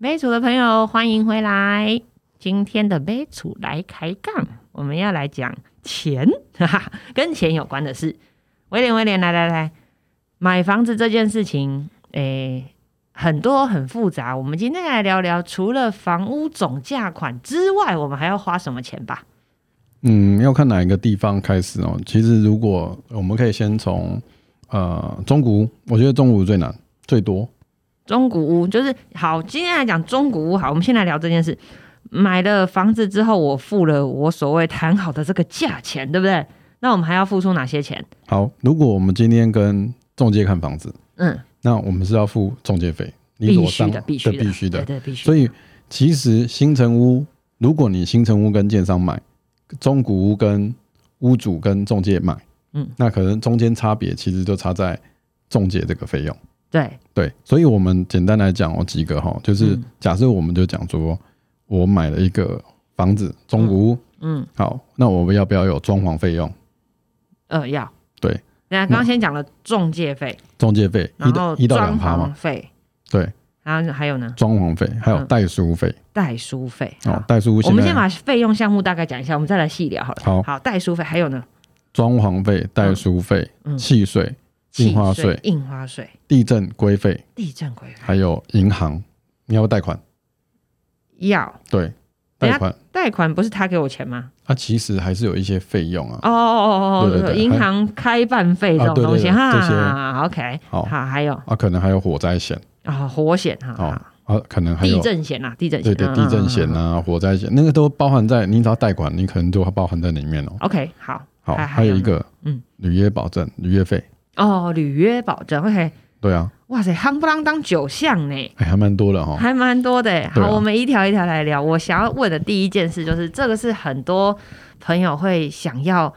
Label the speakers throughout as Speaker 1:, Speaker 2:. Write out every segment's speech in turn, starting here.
Speaker 1: 杯楚的朋友，欢迎回来。今天的杯楚来开杠，我们要来讲钱，哈哈，跟钱有关的事。威廉，威廉，来来来，买房子这件事情，诶、很多很复杂。我们今天来聊聊，除了房屋总价款之外，我们还要花什么钱吧？
Speaker 2: 嗯，要看哪一个地方开始哦。其实如果我们可以先从呃中古，我觉得中古最难最多。
Speaker 1: 中古屋就是好，今天来讲中古屋好，我们先来聊这件事。买了房子之后，我付了我所谓谈好的这个价钱，对不对？那我们还要付出哪些钱？
Speaker 2: 好，如果我们今天跟中介看房子，
Speaker 1: 嗯，
Speaker 2: 那我们是要付中介费，理
Speaker 1: 必
Speaker 2: 所
Speaker 1: 须
Speaker 2: 当
Speaker 1: 的，必须的，
Speaker 2: 必须的。
Speaker 1: 对对，必须。
Speaker 2: 所以其实新城屋，如果你新城屋跟建商买，中古屋跟屋主跟中介买，
Speaker 1: 嗯，
Speaker 2: 那可能中间差别其实就差在中介这个费用。
Speaker 1: 对，
Speaker 2: 对，所以我们简单来讲哦，几个哈，就是
Speaker 1: 嗯
Speaker 2: 假设我们就讲说，我买了一个房子，中古屋，
Speaker 1: 嗯，
Speaker 2: 好，那我们要不要有装潢费用、
Speaker 1: 呃，要
Speaker 2: 对。
Speaker 1: 那刚刚先讲了中介费，
Speaker 2: 中介费
Speaker 1: 然
Speaker 2: 一
Speaker 1: 后
Speaker 2: 到一到两
Speaker 1: 装
Speaker 2: 趴
Speaker 1: 潢
Speaker 2: 嘛？
Speaker 1: 费，
Speaker 2: 对，
Speaker 1: 然后还有呢，
Speaker 2: 装潢费还有
Speaker 1: 嗯
Speaker 2: 代书费
Speaker 1: 代书费。
Speaker 2: 哦
Speaker 1: 好，，
Speaker 2: 代书
Speaker 1: 我
Speaker 2: 现
Speaker 1: 们先
Speaker 2: 在
Speaker 1: 把费用项目大概讲一下，我们再来细聊好了。
Speaker 2: 好
Speaker 1: 好，代书费还有呢，
Speaker 2: 装潢费、代书费
Speaker 1: 嗯、
Speaker 2: 契税、印花
Speaker 1: 契税
Speaker 2: 税、
Speaker 1: 印花税、
Speaker 2: 地震规费，
Speaker 1: 地震规费
Speaker 2: 还有银行，你要不要贷款？
Speaker 1: 要
Speaker 2: 对，
Speaker 1: 等一
Speaker 2: 贷
Speaker 1: 下
Speaker 2: 款
Speaker 1: 贷款，不是他给我钱吗？
Speaker 2: 啊，其实还是有一些费用啊。
Speaker 1: 哦哦哦
Speaker 2: 对
Speaker 1: 哦，
Speaker 2: 对对
Speaker 1: 银行开办费这种
Speaker 2: 啊对对
Speaker 1: 东西
Speaker 2: 对这些
Speaker 1: 哈，OK，
Speaker 2: 好
Speaker 1: 好，还有
Speaker 2: 啊，可能还有火灾险
Speaker 1: 啊，火险
Speaker 2: 哦
Speaker 1: 哈，
Speaker 2: 啊，可能还有
Speaker 1: 地震险啊，地震险，
Speaker 2: 对对，
Speaker 1: 嗯
Speaker 2: 地震险。
Speaker 1: 嗯嗯嗯
Speaker 2: 啊、火灾险，那个都包含在，你只要贷款，你可能都包含在里面哦。
Speaker 1: OK，好，
Speaker 2: 好，
Speaker 1: 还
Speaker 2: 还有一
Speaker 1: 呢
Speaker 2: 个，
Speaker 1: 嗯，
Speaker 2: 履约保证、履约费，
Speaker 1: 哦，履约保证，OK，
Speaker 2: 对啊，
Speaker 1: 哇塞，夯不啷当九项呢。
Speaker 2: 哎，还蛮多的哈。
Speaker 1: 还蛮多的耶。好，
Speaker 2: 对啊
Speaker 1: 我们一条一条来聊。我想要问的第一件事就是，这个是很多朋友会想要，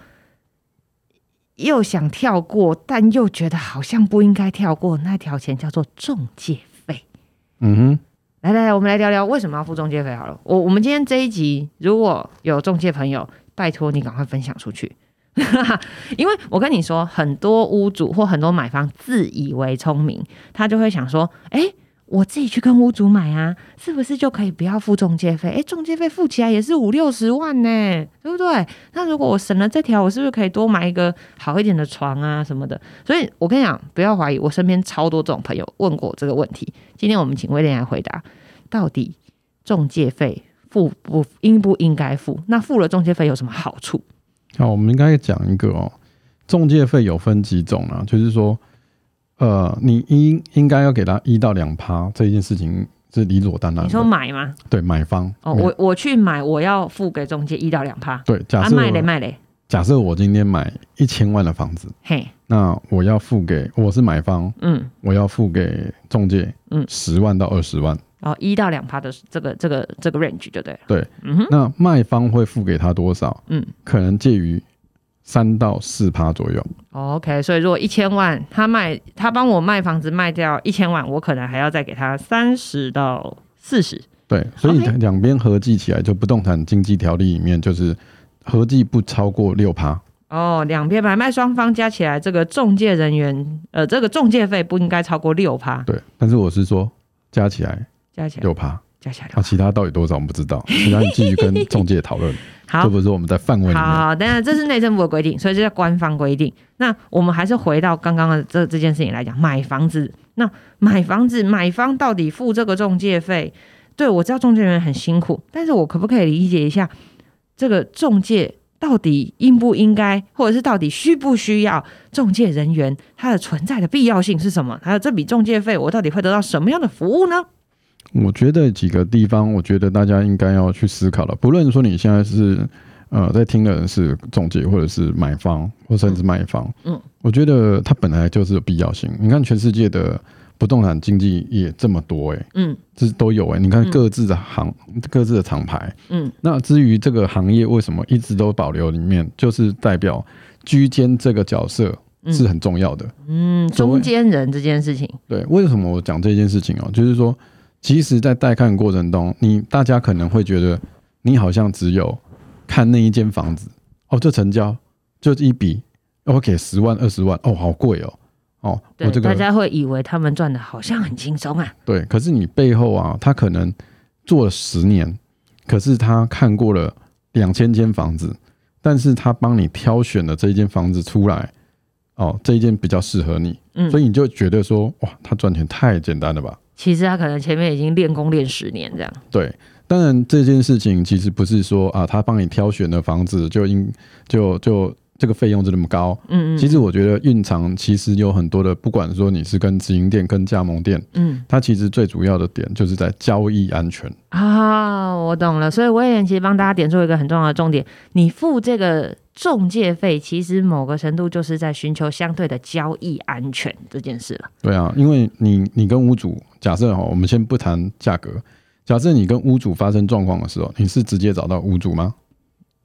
Speaker 1: 又想跳过，但又觉得好像不应该跳过那条钱，叫做中介费。
Speaker 2: 嗯
Speaker 1: 来来来，我们来聊聊为什么要付中介费好了。我我们今天这一集如果有中介朋友，拜托你赶快分享出去， 因为我跟你说，很多屋主或很多买方自以为聪明，他就会想说，哎、我自己去跟屋主买啊，是不是就可以不要付中介费？哎、中介费付起来也是五六十万呢、对不对？那如果我省了这条，我是不是可以多买一个好一点的床啊什么的？所以我跟你讲，不要怀疑，我身边超多这种朋友问过我这个问题。今天我们请威廉来回答。到底中介费付不应不应该付？那付了中介费有什么好处？
Speaker 2: 哼，那我们应该讲一个哦，中介费有分几种啊，就是说，呃，你应应该要给他一到两趴，这一件事情是理所当然
Speaker 1: 你说
Speaker 2: 的。
Speaker 1: 买吗？
Speaker 2: 对，买方
Speaker 1: 哦，
Speaker 2: 买
Speaker 1: 我我去买，我要付给中介一到两趴。
Speaker 2: 对，假
Speaker 1: 啊，
Speaker 2: 设
Speaker 1: 卖嘞
Speaker 2: 我
Speaker 1: 卖嘞，
Speaker 2: 假设我今天买一千万的房子，
Speaker 1: 嘿，
Speaker 2: 那我要付给我是买方，
Speaker 1: 嗯，
Speaker 2: 我要付给中介，
Speaker 1: 嗯
Speaker 2: 十万到二十万。
Speaker 1: 哦，一到两趴的这个这个这个 range 就对了。
Speaker 2: 对，
Speaker 1: 嗯哼，
Speaker 2: 那卖方会付给他多少？
Speaker 1: 嗯
Speaker 2: 可能介于三到四趴左右。
Speaker 1: 哦，OK，所以如果一千万，他卖他帮我卖房子卖掉一千万，我可能还要再给他三十到四十。
Speaker 2: 对，所以
Speaker 1: OK
Speaker 2: 两边合计起来，就不动产经济条例里面就是合计不超过六趴。
Speaker 1: 哦，两边买卖双方加起来，这个中介人员呃，这个中介费不应该超过六趴，
Speaker 2: 对，但是我是说加起来
Speaker 1: 加起来
Speaker 2: 六趴，
Speaker 1: 加起来
Speaker 2: 啊，其他到底多少我们不知道，其他你继续跟中介讨论，
Speaker 1: 好
Speaker 2: 这，不是我们在范围里面。
Speaker 1: 好，等一下这是内政部的规定，所以这叫官方规定。那我们还是回到刚刚的这这件事情来讲，买房子。那买房子，买方到底付这个中介费？对我知道中介人员很辛苦，但是我可不可以理解一下，这个中介到底应不应该，或者是到底需不需要中介人员它的存在的必要性是什么？还有这笔中介费，我到底会得到什么样的服务呢？
Speaker 2: 我觉得几个地方，我觉得大家应该要去思考了。不论说你现在是呃在听的人是中介，或者是买方，或甚至卖方，
Speaker 1: 嗯，
Speaker 2: 我觉得它本来就是有必要性。你看全世界的不动产经纪业这么多、欸，诶，
Speaker 1: 嗯
Speaker 2: 这都有诶、欸你看
Speaker 1: 嗯
Speaker 2: 各自的行，各自的厂牌。
Speaker 1: 嗯，
Speaker 2: 那至于这个行业为什么一直都保留里面，就是代表居间这个角色
Speaker 1: 嗯
Speaker 2: 是很重要的。
Speaker 1: 嗯，
Speaker 2: 所谓
Speaker 1: 中间人这件事情，
Speaker 2: 对，为什么我讲这件事情哦？就是说，其实，在带看过程中，你大家可能会觉得，你好像只有看那一间房子，哦，就成交，就一笔，我给十万、二十万，哦，好贵哦，哦，
Speaker 1: 对，
Speaker 2: 我这
Speaker 1: 大
Speaker 2: 个
Speaker 1: 家会以为他们赚的好像很轻松啊。
Speaker 2: 对，可是你背后啊，他可能做了十年，可是他看过了两千间房子，但是他帮你挑选了这一间房子出来，哦，这一间比较适合你，
Speaker 1: 嗯
Speaker 2: 所以你就觉得说，哇，他赚钱太简单了吧？
Speaker 1: 其实他可能前面已经练功练十年这样，
Speaker 2: 对，当然这件事情其实不是说啊，他帮你挑选的房子就应就就这个费用就那么高。
Speaker 1: 嗯
Speaker 2: 其
Speaker 1: 嗯
Speaker 2: 实我觉得蕴藏其实有很多的，不管说你是跟直营店、跟加盟店，
Speaker 1: 嗯
Speaker 2: 它其实最主要的点就是在交易安全。
Speaker 1: 啊，我懂了。所以威廉其实帮大家点出一个很重要的重点，你付这个中介费，其实某个程度就是在寻求相对的交易安全这件事了。
Speaker 2: 对啊，因为你你跟屋主，假设哈，我们先不谈价格，假设你跟屋主发生状况的时候，你是直接找到屋主吗？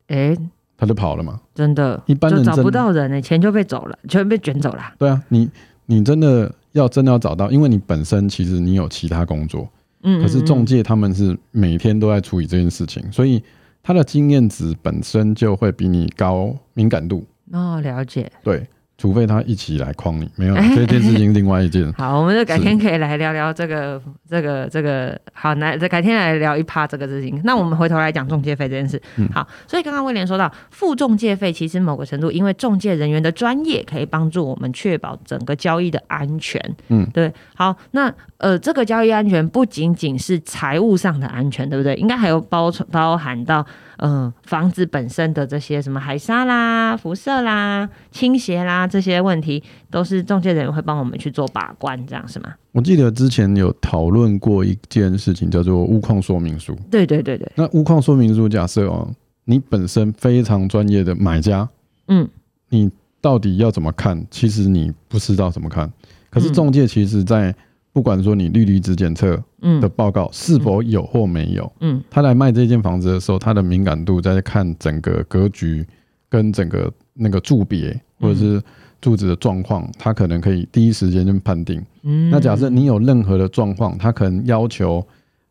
Speaker 1: 诶，
Speaker 2: 他就跑了吗？
Speaker 1: 真的，
Speaker 2: 一般人
Speaker 1: 就找
Speaker 2: 真
Speaker 1: 不
Speaker 2: 的
Speaker 1: 到人呢、钱就被走了，全被卷走了。
Speaker 2: 对啊，你你真的要真的要找到，因为你本身其实你有其他工作，
Speaker 1: 嗯，
Speaker 2: 可是
Speaker 1: 嗯
Speaker 2: 中
Speaker 1: 嗯
Speaker 2: 介他们是每天都在处理这件事情，所以他的经验值本身就会比你高敏感度。
Speaker 1: 哦，了解。。
Speaker 2: 对，除非他一起来框你，没有啦这件事情是另外一件
Speaker 1: 好，我们就改天可以来聊聊这个、这个、这个。好，来，改天来聊一趴这个事情。那我们回头来讲中介费这件事。
Speaker 2: 嗯
Speaker 1: 好，所以刚刚威廉说到，付中介费其实某个程度，因为中介人员的专业可以帮助我们确保整个交易的安全。
Speaker 2: 嗯，
Speaker 1: 对。好，那呃，这个交易安全不仅仅是财务上的安全，对不对？应该还有包包含到嗯、呃房子本身的这些什么海沙啦、辐射啦、倾斜啦这些问题，都是中介人员会帮我们去做把关，这样是吗？
Speaker 2: 我记得之前有讨论过一件事情，叫做屋况说明书。
Speaker 1: 对对对对，
Speaker 2: 那屋况说明书假设哦，你本身非常专业的买家，
Speaker 1: 嗯，
Speaker 2: 你到底要怎么看？其实你不知道怎么看。可是
Speaker 1: 嗯
Speaker 2: 中介其实在不管说你氯离子检测的
Speaker 1: 嗯
Speaker 2: 报告是否有或没有，
Speaker 1: 嗯
Speaker 2: 他来卖这间房子的时候，他的敏感度在看整个格局跟整个那个住别或者
Speaker 1: 嗯
Speaker 2: 是住址的状况，他可能可以第一时间就判定。
Speaker 1: 嗯。
Speaker 2: 那假设你有任何的状况，他可能要求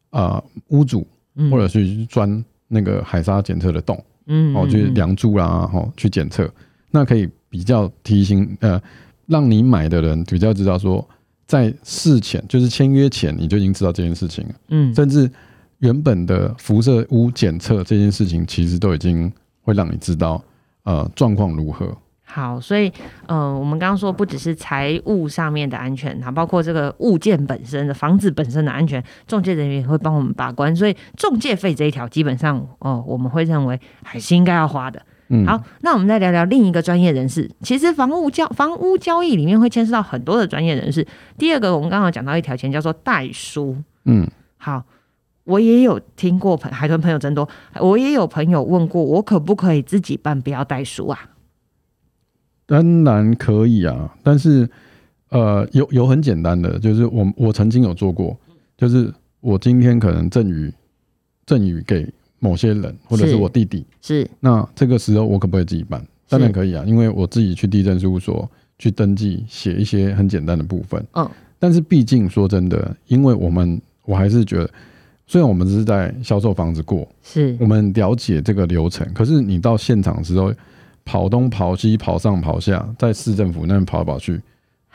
Speaker 2: 呃屋主
Speaker 1: 嗯
Speaker 2: 或者是钻那个海沙检测的洞，
Speaker 1: 嗯
Speaker 2: 哦，就是梁柱啦，哦去检测，那可以比较提醒呃，让你买的人比较知道说，在事前就是签约前你就已经知道这件事情了。
Speaker 1: 嗯
Speaker 2: 甚至原本的辐射屋检测这件事情，其实都已经会让你知道呃状况如何。
Speaker 1: 好，所以呃，我们刚刚说不只是财务上面的安全，它包括这个物件本身的房子本身的安全，中介人员也会帮我们把关，所以中介费这一条基本上哦、我们会认为还是应该要花的。
Speaker 2: 嗯，
Speaker 1: 好，那我们再聊聊另一个专业人士。其实房屋交房屋交易里面会牵涉到很多的专业人士。第二个，我们刚好讲到一条钱叫做代书。
Speaker 2: 嗯，
Speaker 1: 好，我也有听过朋海豚朋友真多，我也有朋友问过我可不可以自己办，不要代书啊？
Speaker 2: 当然可以啊，但是呃，有有很简单的，就是我我曾经有做过，就是我今天可能赠与赠与给某些人，或者是
Speaker 1: 是
Speaker 2: 我弟弟，
Speaker 1: 是
Speaker 2: 那这个时候我可不可以自己办？当然可以啊，因为我自己去地震事务所去登记，写一些很简单的部分。
Speaker 1: 嗯，
Speaker 2: 但是毕竟说真的，因为我们我还是觉得，虽然我们只是在销售房子过，
Speaker 1: 是
Speaker 2: 我，们了解这个流程，可是你到现场之后，跑东跑西，跑上跑下，在市政府那边跑来跑去，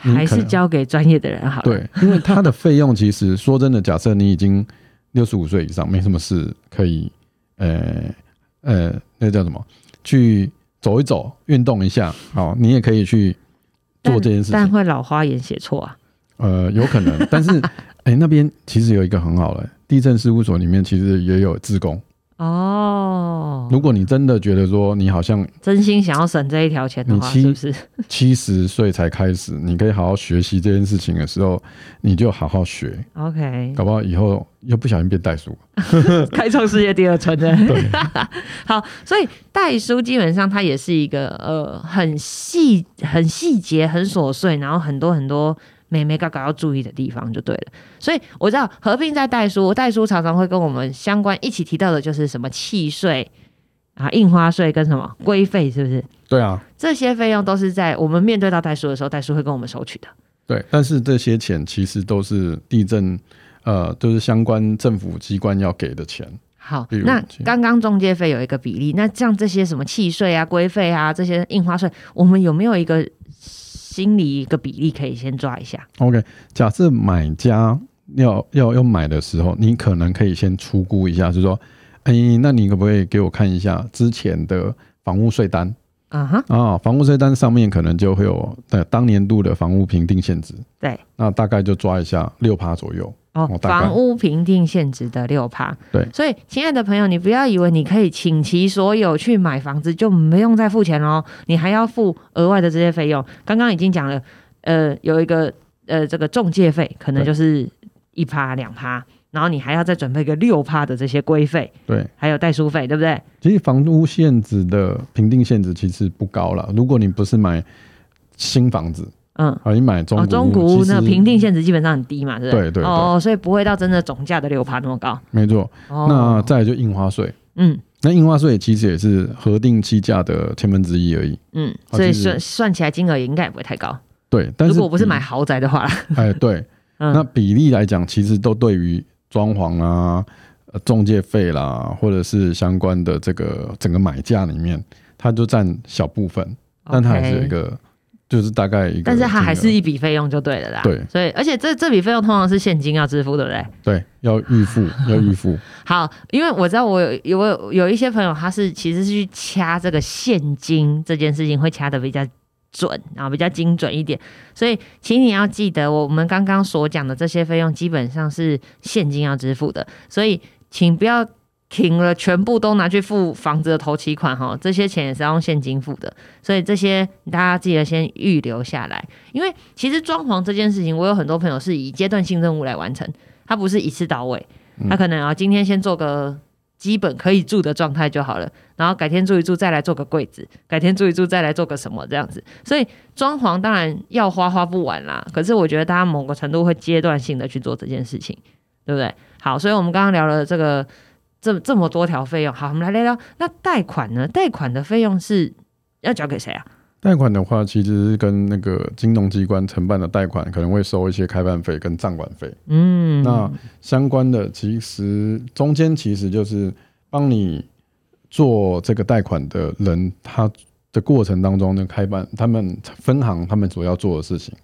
Speaker 2: 你
Speaker 1: 还
Speaker 2: 可
Speaker 1: 是
Speaker 2: 能
Speaker 1: 交给专业的人好了。，
Speaker 2: 对，因为它的费用其实说真的，假设你已经六十五岁以上，没什么事可以，呃呃，那叫什么？去走一走，运动一下，好，你也可以去做这件事
Speaker 1: 但
Speaker 2: 情。
Speaker 1: 会老花眼写错啊。
Speaker 2: 呃，有可能，但是哎、那边其实有一个很好的地震事务所，里面其实也有自工。
Speaker 1: 哦，
Speaker 2: 嗯如果你真的觉得说你好像
Speaker 1: 真心想要省这一条钱的
Speaker 2: 你
Speaker 1: 话，
Speaker 2: 七
Speaker 1: 是不是？
Speaker 2: 七十岁才开始，你可以好好学习这件事情的时候，你就好好学，
Speaker 1: OK，
Speaker 2: 搞不好以后又不小心变袋鼠。
Speaker 1: 开创世界第二春的。 好，所以代书基本上它也是一个呃很细、很细节、很琐碎，然后很多很多。妹妹嘎嘎要注意的地方就对了，所以我知道合并在代书，代书常常会跟我们相关一起提到的就是什么契税啊、印花税跟什么规费，是不是？
Speaker 2: 对啊，
Speaker 1: 这些费用都是在我们面对到代书的时候，代书会跟我们收取的。
Speaker 2: 对，但是这些钱其实都是地震，呃，就是相关政府机关要给的钱。
Speaker 1: 好，
Speaker 2: 例如
Speaker 1: 那
Speaker 2: 这样
Speaker 1: 刚刚中介费有一个比例，那像这些什么契税啊、规费啊、这些印花税，我们有没有一个心理一个比例可以先抓一下？
Speaker 2: OK，假设买家要要要买的时候，你可能可以先出估一下，就是说，哎、那你可不可以给我看一下之前的房屋税单
Speaker 1: 啊哈，
Speaker 2: 啊、房屋税单上面可能就会有呃当年度的房屋评定现值，
Speaker 1: 对，
Speaker 2: 那大概就抓一下六趴左右。
Speaker 1: 哦
Speaker 2: 哦，大概
Speaker 1: 房屋评定限值的六趴。
Speaker 2: 对
Speaker 1: 所以亲爱的朋友，你不要以为你可以倾其所有去买房子就不用再付钱喽，你还要付额外的这些费用。刚刚已经讲了，呃，有一个呃这个中介费可能
Speaker 2: 对
Speaker 1: 就是一趴两趴，然后你还要再准备个六趴的这些规费，
Speaker 2: 对，
Speaker 1: 还有代书费，对不对？
Speaker 2: 其实房屋限值的评定限值其实不高了，如果你不是买新房子，
Speaker 1: 嗯。
Speaker 2: 啊而你买中古
Speaker 1: 哦，
Speaker 2: 屋，
Speaker 1: 中古屋
Speaker 2: 其实
Speaker 1: 那评定限值基本上很低嘛，是不是？
Speaker 2: 对对对
Speaker 1: 哦，所以不会到真的总价的六趴那么高。
Speaker 2: 没错。
Speaker 1: 哦，
Speaker 2: 那再来就印花税，
Speaker 1: 嗯
Speaker 2: 那印花税其实也是核定期价的千分之一而已。
Speaker 1: 嗯，
Speaker 2: 哦
Speaker 1: 所以
Speaker 2: 其实
Speaker 1: 算算起来金额也应该也不会太高。
Speaker 2: 对，但是
Speaker 1: 如果我不是
Speaker 2: 比
Speaker 1: 买，豪宅的话啦，
Speaker 2: 哎，对，
Speaker 1: 嗯
Speaker 2: 那比例来讲，其实都对于装潢啊、呃中介费啦，或者是相关的这个整个买价里面，它就占小部分，但它还是有一
Speaker 1: OK
Speaker 2: 个，就是大概一个金额，
Speaker 1: 但是它还是一笔费用就对了啦。
Speaker 2: 对
Speaker 1: 所以而且这这笔费用通常是现金要支付，对不对？
Speaker 2: 对要预 付，要预付，
Speaker 1: 好，因为我知道我有有我有有一些朋友，他是其实是去掐这个现金这件事情，会掐的比较准，然后比较精准一点。所以，请你要记得，我们刚刚所讲的这些费用基本上是现金要支付的，所以请不要呃停了，全部都拿去付房子的头期款哈，这些钱也是要用现金啊付的。所以这些大家记得先预留下来，因为其实装潢这件事情，我有很多朋友是以阶段性任务来完成，它不是一次到位。他可能啊，今天先做个基本可以住的状态就好了，然后改天住一住，再来做个柜子，改天住一住，再来做个什么这样子。所以装潢当然要花花不完啦，可是我觉得大家某个程度会阶段性的去做这件事情，对不对？好，所以我们刚刚聊了这个这这么多条费用，好，我们来聊聊那贷款呢？贷款的费用是要交给谁啊？
Speaker 2: 贷款的话，其实是跟那个金融机关承办的贷款可能会收一些开办费跟账管费，
Speaker 1: 嗯，
Speaker 2: 那相关的其实中间其实就是帮你做这个贷款的人，他的过程当中呢，开办他们分行他们所要做的事情，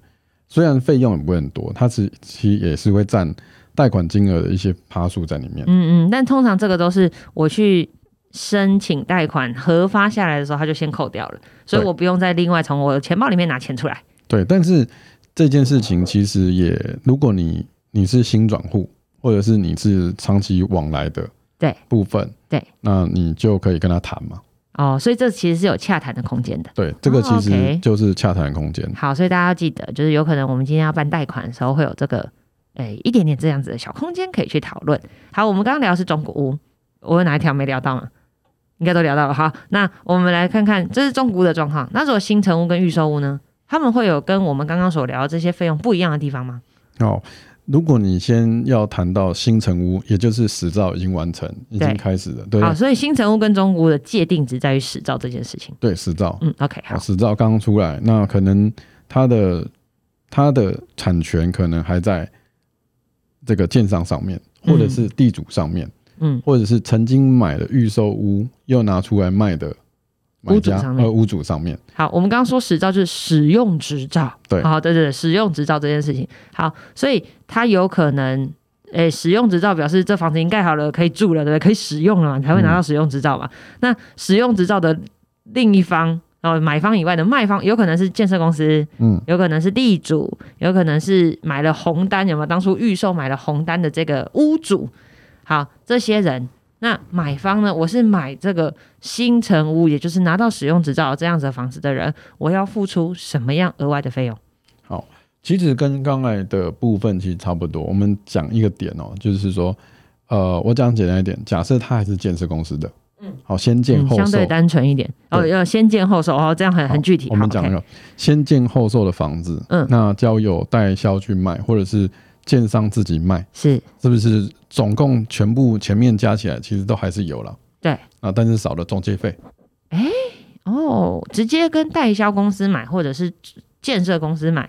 Speaker 2: 虽然费用也不会很多，它其其实也是会占贷款金额的一些趴数在里面。
Speaker 1: 嗯嗯，但通常这个都是我去申请贷款核发下来的时候，它就先扣掉了，所以
Speaker 2: 对
Speaker 1: 我不用再另外从我的钱包里面拿钱出来。
Speaker 2: 对，但是这件事情其实也，如果你你是新转户，或者是你是长期往来的
Speaker 1: 对
Speaker 2: 部分，
Speaker 1: 对，
Speaker 2: 那你就可以跟他谈嘛。
Speaker 1: 哦，所以这其实是有洽谈的空间的。
Speaker 2: 对，这个
Speaker 1: 哦
Speaker 2: 其实
Speaker 1: OK
Speaker 2: 就是洽谈的空间。
Speaker 1: 好，所以大家要记得，就是有可能我们今天要办贷款的时候，会有这个诶、一点点这样子的小空间可以去讨论。好，我们刚刚聊的是中古屋，我有哪一条没聊到吗？应该都聊到了。好，那我们来看看这是中古屋的状况。那如果新城屋跟预售屋呢，他们会有跟我们刚刚所聊的这些费用不一样的地方吗？
Speaker 2: 哦，如果你先要谈到新城屋，也就是实照已经完成，已经
Speaker 1: 对
Speaker 2: 开始了，对
Speaker 1: 好，所以新城屋跟中屋的界定只在于实照这件事情。
Speaker 2: 对，实照，
Speaker 1: 嗯，OK，好
Speaker 2: 哦，实照刚出来，那可能它的它的产权可能还在这个建商上面，或者是地主上面，
Speaker 1: 嗯，
Speaker 2: 或者是曾经买的预售屋又拿出来卖的买
Speaker 1: 屋主
Speaker 2: 家
Speaker 1: 上面
Speaker 2: 呃屋主上面，
Speaker 1: 好，我们刚刚说实照就是使用执照，
Speaker 2: 对
Speaker 1: 好，对对对，使用执照这件事情，好，所以它有可能，诶，使用执照表示这房子已经盖好了，可以住了，对不对？可以使用了嘛，你才会
Speaker 2: 嗯
Speaker 1: 拿到使用执照嘛。那使用执照的另一方，然后买方以外的卖方，有可能是建设公司，
Speaker 2: 嗯，
Speaker 1: 有可能是地主，有可能是买了红单，有没有？当初预售买了红单的这个屋主，好，这些人。那买方呢？我是买这个新城屋，也就是拿到使用执照这样子的房子的人，我要付出什么样额外的费用？
Speaker 2: 其实跟刚才的部分其实差不多。我们讲一个点哦、就是说，呃，我讲简单一点，假设它还是建设公司的，嗯，好，先建
Speaker 1: 嗯，
Speaker 2: 后
Speaker 1: 相
Speaker 2: 售。
Speaker 1: 对单纯一点哦，
Speaker 2: 对
Speaker 1: 要先建后售哦，这样很很具体。
Speaker 2: 我们讲那
Speaker 1: 了，
Speaker 2: 个先建后售的房子，
Speaker 1: 嗯
Speaker 2: 那交由代销去卖，或者是建商自己卖，
Speaker 1: 是
Speaker 2: 是不是？总共全部前面加起来，其实都还是有了。
Speaker 1: 对
Speaker 2: 啊，但是少了中介费。
Speaker 1: 哦，直接跟代销公司买或者是建设公司买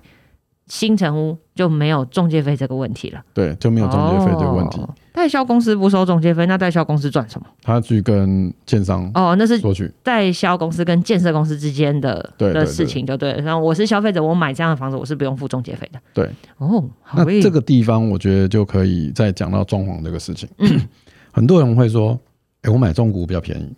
Speaker 1: 新城屋就没有中介费这个问题了，
Speaker 2: 对，就没有中介费这个问题。
Speaker 1: 哦代代销公司不收中介费，那代销公司赚什么？
Speaker 2: 他去跟建商
Speaker 1: 哦，那是
Speaker 2: 索取，
Speaker 1: 代销公司跟建设公司之间的
Speaker 2: 对对
Speaker 1: 的
Speaker 2: 对
Speaker 1: 事情，就对了。然后我是消费者，我买这样的房子，我是不用付中介费的。
Speaker 2: 对，
Speaker 1: 哦，好
Speaker 2: 那
Speaker 1: 诶，
Speaker 2: 这个地方我觉得就可以再讲到装潢这个事情。
Speaker 1: 嗯
Speaker 2: 很多人会说，哎、我买中古比较便宜，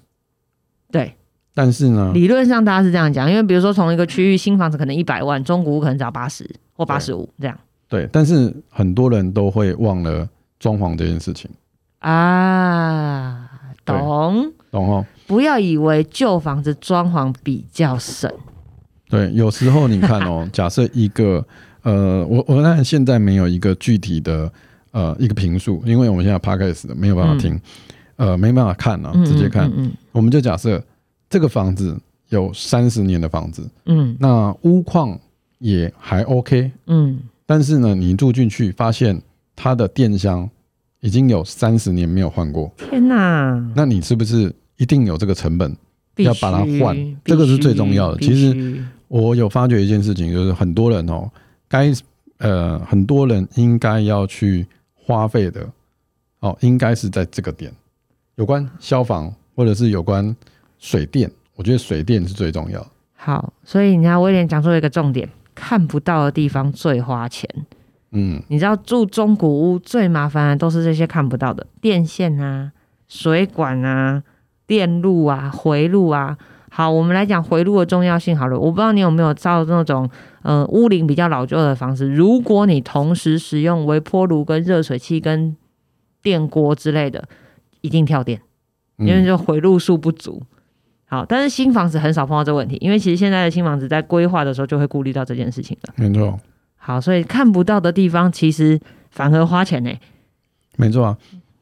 Speaker 1: 对，
Speaker 2: 但是呢，
Speaker 1: 理论上大家是这样讲，因为比如说从一个区域新房子可能一百万，中古屋可能只要八十或八十五这样
Speaker 2: 对，但是很多人都会忘了装潢这件事情，
Speaker 1: 啊，
Speaker 2: 对
Speaker 1: 懂？
Speaker 2: 懂哦？
Speaker 1: 不要以为旧房子装潢比较省，
Speaker 2: 对，有时候你看 哦，假设一个呃，我我当然现在没有一个具体的呃一个评述，因为我们现在 podcast 没有办法听，呃，没办法看啊，
Speaker 1: 嗯
Speaker 2: 直接看。
Speaker 1: 嗯
Speaker 2: 我们就假设这个房子有三十年的房子，
Speaker 1: 嗯
Speaker 2: 那屋况也还 OK，
Speaker 1: 嗯
Speaker 2: 但是呢，你住进去发现它的电箱已经有三十年没有换过，
Speaker 1: 嗯，天哪，
Speaker 2: 那你是不是一定有这个成本？
Speaker 1: 必
Speaker 2: 要把它
Speaker 1: 须
Speaker 2: 换这个是
Speaker 1: 必须
Speaker 2: 最重要的
Speaker 1: 必
Speaker 2: 其实
Speaker 1: 须
Speaker 2: 我有发觉一件事情，就是很多人哦，该呃很多人应该要去花费的哦，应该是在这个点，有关消防或者是有关水电，我觉得水电是最重要的。
Speaker 1: 好，所以你看威廉讲出了一个重点，看不到的地方最花钱。
Speaker 2: 嗯，
Speaker 1: 你知道住中古屋最麻烦的都是这些看不到的电线啊、水管啊、电路啊、回路啊。好，我们来讲回路的重要性好了。我不知道你有没有照那种呃屋龄比较老旧的房子，如果你同时使用微波炉、跟热水器、跟电锅之类的，一定跳电。因为
Speaker 2: 嗯
Speaker 1: 就回路数不足。好，但是新房子很少碰到这个问题，因为其实现在的新房子在规划的时候就会顾虑到这件事情了。
Speaker 2: 没错，
Speaker 1: 好，所以看不到的地方其实反而花钱呢、欸
Speaker 2: 没错啊。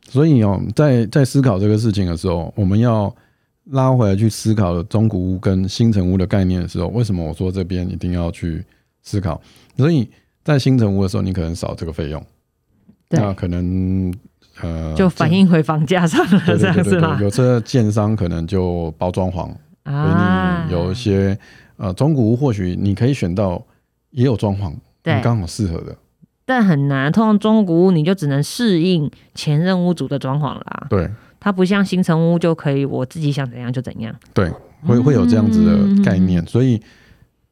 Speaker 2: 所以哦，在在思考这个事情的时候，我们要拉回来去思考中古屋跟新城屋的概念的时候，为什么我说这边一定要去思考？所以在新城屋的时候，你可能少这个费用。那
Speaker 1: 对，
Speaker 2: 可能呃，
Speaker 1: 就反映回房价上
Speaker 2: 对
Speaker 1: 了，这
Speaker 2: 对
Speaker 1: 样
Speaker 2: 对
Speaker 1: 是啊
Speaker 2: 对
Speaker 1: 吗
Speaker 2: 对，？有这建商可能就包装潢，
Speaker 1: 啊
Speaker 2: 给你有一些呃中古屋，或许你可以选到也有装潢，
Speaker 1: 对
Speaker 2: 你，刚好适合的。
Speaker 1: 但很难。通常中古屋你就只能适应前任屋主的装潢啦，
Speaker 2: 对
Speaker 1: 它不像新城屋就可以我自己想怎样就怎样。
Speaker 2: 对，会会有这样子的概念，所以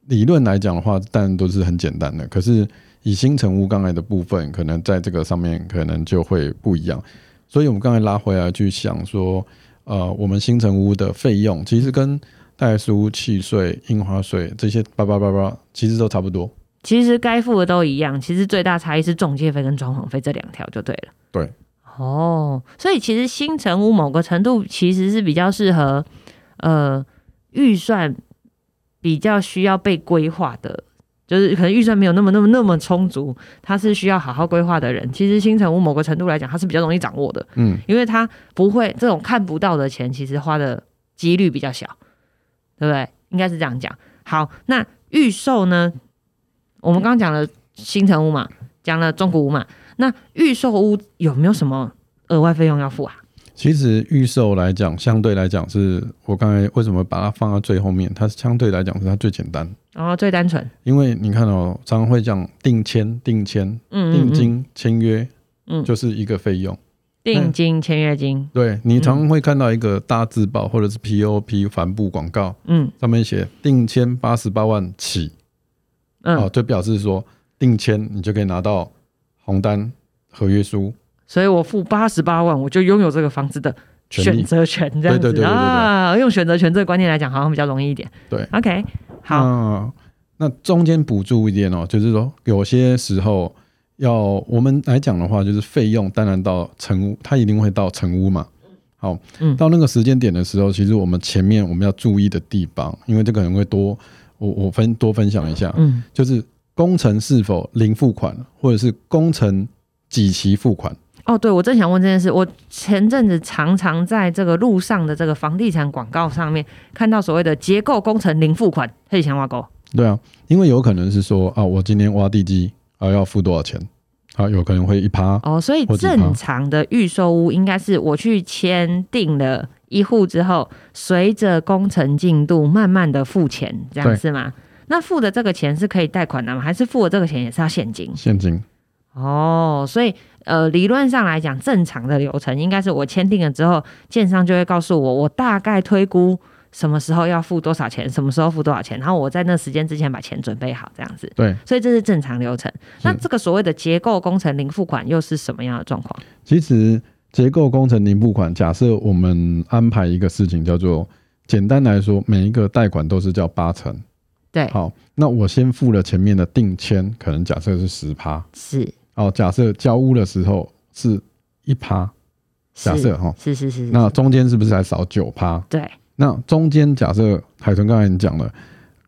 Speaker 2: 理论来讲的话，当然都是很简单的。可是以新城屋刚才的部分，可能在这个上面可能就会不一样。所以我们刚才拉回来去想说，呃，我们新城屋的费用其实跟代书、契税、印花税这些叭叭叭叭，其实都差不多。
Speaker 1: 其实该付的都一样，其实最大差异是中介费跟装潢费这两条就对了。
Speaker 2: 对。
Speaker 1: 哦，所以其实新城屋某个程度其实是比较适合，呃，预算比较需要被规划的，就是可能预算没有那么那么那么充足，它是需要好好规划的人。其实新城屋某个程度来讲，它是比较容易掌握的，
Speaker 2: 嗯，
Speaker 1: 因为它不会这种看不到的钱，其实花的几率比较小，对不对？应该是这样讲。好，那预售呢？我们刚刚讲了新城屋嘛，讲了中古屋嘛，那预售屋有没有什么额外费用要付啊？
Speaker 2: 其实预售来讲，相对来讲是我刚才为什么把它放到最后面，它相对来讲是它最简单，
Speaker 1: 然后最单纯，
Speaker 2: 因为你看哦，常常会讲定签、定签、
Speaker 1: 嗯，
Speaker 2: 定
Speaker 1: 嗯、
Speaker 2: 金、签约，
Speaker 1: 嗯
Speaker 2: 就是一个费用。
Speaker 1: 定金、签约金，
Speaker 2: 对你
Speaker 1: 嗯
Speaker 2: 常常会看到一个大字报或者是 POP 帆布广告，
Speaker 1: 嗯
Speaker 2: 上面写定签八十八万起，
Speaker 1: 嗯，
Speaker 2: 哦，就表示说定签你就可以拿到红单合约书
Speaker 1: 所以我付八十八万，我就拥有这个房子的
Speaker 2: 权
Speaker 1: 选
Speaker 2: 利。
Speaker 1: 择权，这样子
Speaker 2: 对对对对对
Speaker 1: 啊，用选择权这个观念来讲，好像比较容易一点。
Speaker 2: 对嗯
Speaker 1: ，OK，好，
Speaker 2: 那，那中间补助一点哦，就是说有些时候要我们来讲的话，就是费用当然到成屋，它一定会到成屋嘛。好，
Speaker 1: 嗯
Speaker 2: 到那个时间点的时候，其实我们前面我们要注意的地方，因为这可能会多，我我分多分享一下，
Speaker 1: 嗯
Speaker 2: 就是工程是否零付款，或者是工程几期付款。
Speaker 1: 哦，对，我正想问这件事。我前阵子常常在这个路上的这个房地产广告上面看到所谓的结构工程零付款，黑钱挖沟。
Speaker 2: 对啊，因为有可能是说啊，我今天挖地基啊要付多少钱啊，有可能会一趴，
Speaker 1: 哦，所以
Speaker 2: 或者
Speaker 1: 正常的预售屋应该是我去签订了一户之后，随着工程进度慢慢的付钱，这样
Speaker 2: 对
Speaker 1: 是吗？那付的这个钱是可以贷款的吗？还是付的这个钱也是要现金？
Speaker 2: 现金。
Speaker 1: 哦，所以呃，理论上来讲，正常的流程应该是我签订了之后，建商就会告诉我，我大概推估什么时候要付多少钱，什么时候付多少钱，然后我在那时间之前把钱准备好，这样子。
Speaker 2: 对，
Speaker 1: 所以这是正常流程。
Speaker 2: 是
Speaker 1: 那这个所谓的结构工程零付款又是什么样的状况？
Speaker 2: 其实结构工程零付款，假设我们安排一个事情叫做，简单来说，每一个贷款都是叫八成。
Speaker 1: 对，
Speaker 2: 好，那我先付了前面的定签，可能假设是十趴。
Speaker 1: 是
Speaker 2: 哦，假设交屋的时候是一趴，
Speaker 1: 是
Speaker 2: 假设哈
Speaker 1: 是是是，
Speaker 2: 那
Speaker 1: 是
Speaker 2: 中间是不是还少九趴？
Speaker 1: 对，
Speaker 2: 那中间假设海豚刚才你讲了，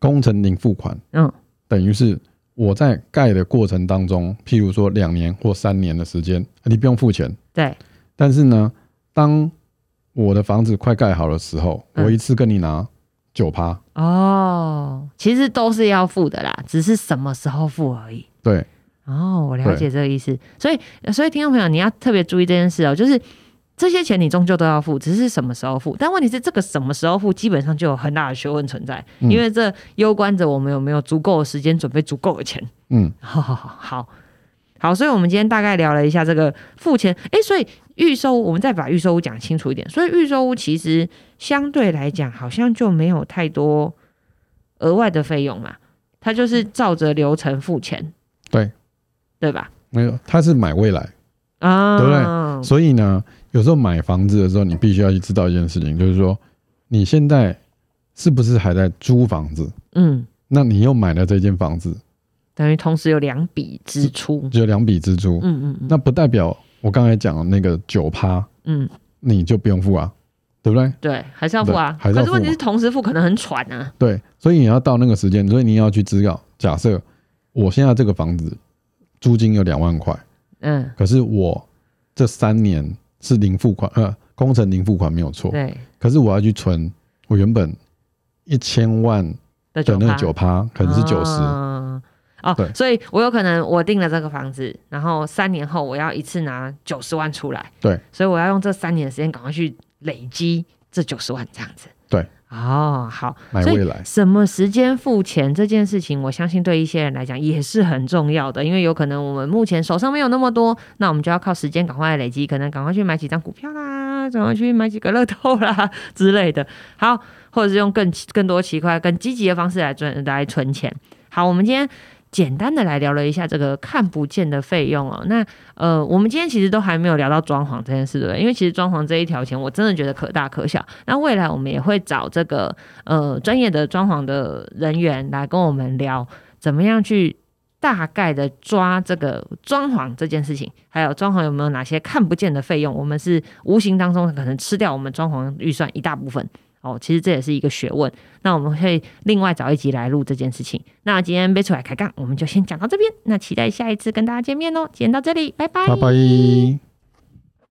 Speaker 2: 工程零付款，
Speaker 1: 嗯，
Speaker 2: 等于是我在盖的过程当中，譬如说两年或三年的时间，你不用付钱。
Speaker 1: 对，
Speaker 2: 但是呢，当我的房子快盖好的时候，
Speaker 1: 嗯
Speaker 2: 我一次跟你拿九趴，
Speaker 1: 哦，其实都是要付的啦，只是什么时候付而已。
Speaker 2: 对，
Speaker 1: 哦，我了
Speaker 2: 对
Speaker 1: 解这个意思。所以，所以听众朋友，你要特别注意这件事哦，就是这些钱你终究都要付，只是什么时候付。但问题是，这个什么时候付，基本上就有很大的学问存在，
Speaker 2: 嗯
Speaker 1: 因为这攸关着我们有没有足够的时间准备足够的钱。
Speaker 2: 嗯，
Speaker 1: 好好好好好，所以我们今天大概聊了一下这个付钱。诶，所以预售屋，我们再把预售屋讲清楚一点。所以预售屋其实相对来讲，好像就没有太多额外的费用嘛，它就是照着流程付钱，
Speaker 2: 对
Speaker 1: 对吧？
Speaker 2: 没有，他是买未来，
Speaker 1: 啊、
Speaker 2: 对不所以呢，有时候买房子的时候，你必须要去知道一件事情，就是说你现在是不是还在租房子？
Speaker 1: 嗯，
Speaker 2: 那你又买了这间房子，
Speaker 1: 等于同时有两笔支出。
Speaker 2: 只有两笔支出，
Speaker 1: 嗯嗯嗯，
Speaker 2: 那不代表我刚才讲的那个九趴
Speaker 1: 嗯，
Speaker 2: 你就不用付啊，对不对？
Speaker 1: 对，还是要付啊
Speaker 2: 对。还是要
Speaker 1: 可
Speaker 2: 付
Speaker 1: 是
Speaker 2: 嘛
Speaker 1: 问题是同时付可能很喘啊。
Speaker 2: 对，所以你要到那个时间，所以你要去知道，假设我现在这个房子租金有两万块，
Speaker 1: 嗯，
Speaker 2: 可是我这三年是零付款，呃，工程零付款没有错，
Speaker 1: 对，
Speaker 2: 可是我要去存我原本一千万
Speaker 1: 的
Speaker 2: 的那个
Speaker 1: 九
Speaker 2: 九趴，可能是九十、
Speaker 1: 哦哦
Speaker 2: 对，
Speaker 1: 所以我有可能我订了这个房子，然后三年后我要一次拿九十万出来，
Speaker 2: 对，
Speaker 1: 所以我要用这三年的时间赶快去累积这九十万，这样子。
Speaker 2: 对，
Speaker 1: 哦，好，
Speaker 2: 买
Speaker 1: 所以
Speaker 2: 未来，
Speaker 1: 什么时间付钱这件事情，我相信对一些人来讲也是很重要的，因为有可能我们目前手上没有那么多，那我们就要靠时间赶快累积，可能赶快去买几张股票啦，赶快去买几个乐透啦之类的。好，或者是用更更多奇怪、更积极的方式来赚来存钱。好，我们今天。简单的来聊了一下这个看不见的费用哦，那呃，我们今天其实都还没有聊到装潢这件事，对不对？因为其实装潢这一条钱，我真的觉得可大可小。那未来我们也会找这个呃专业的装潢的人员来跟我们聊，怎么样去大概的抓这个装潢这件事情，还有装潢有没有哪些看不见的费用，我们是无形当中可能吃掉我们装潢预算一大部分。哦，其实这也是一个学问。那我们会另外找一集来录这件事情。那今天背出来开杠，我们就先讲到这边。那期待下一次跟大家见面哦。今天到这里，拜拜
Speaker 2: 拜拜。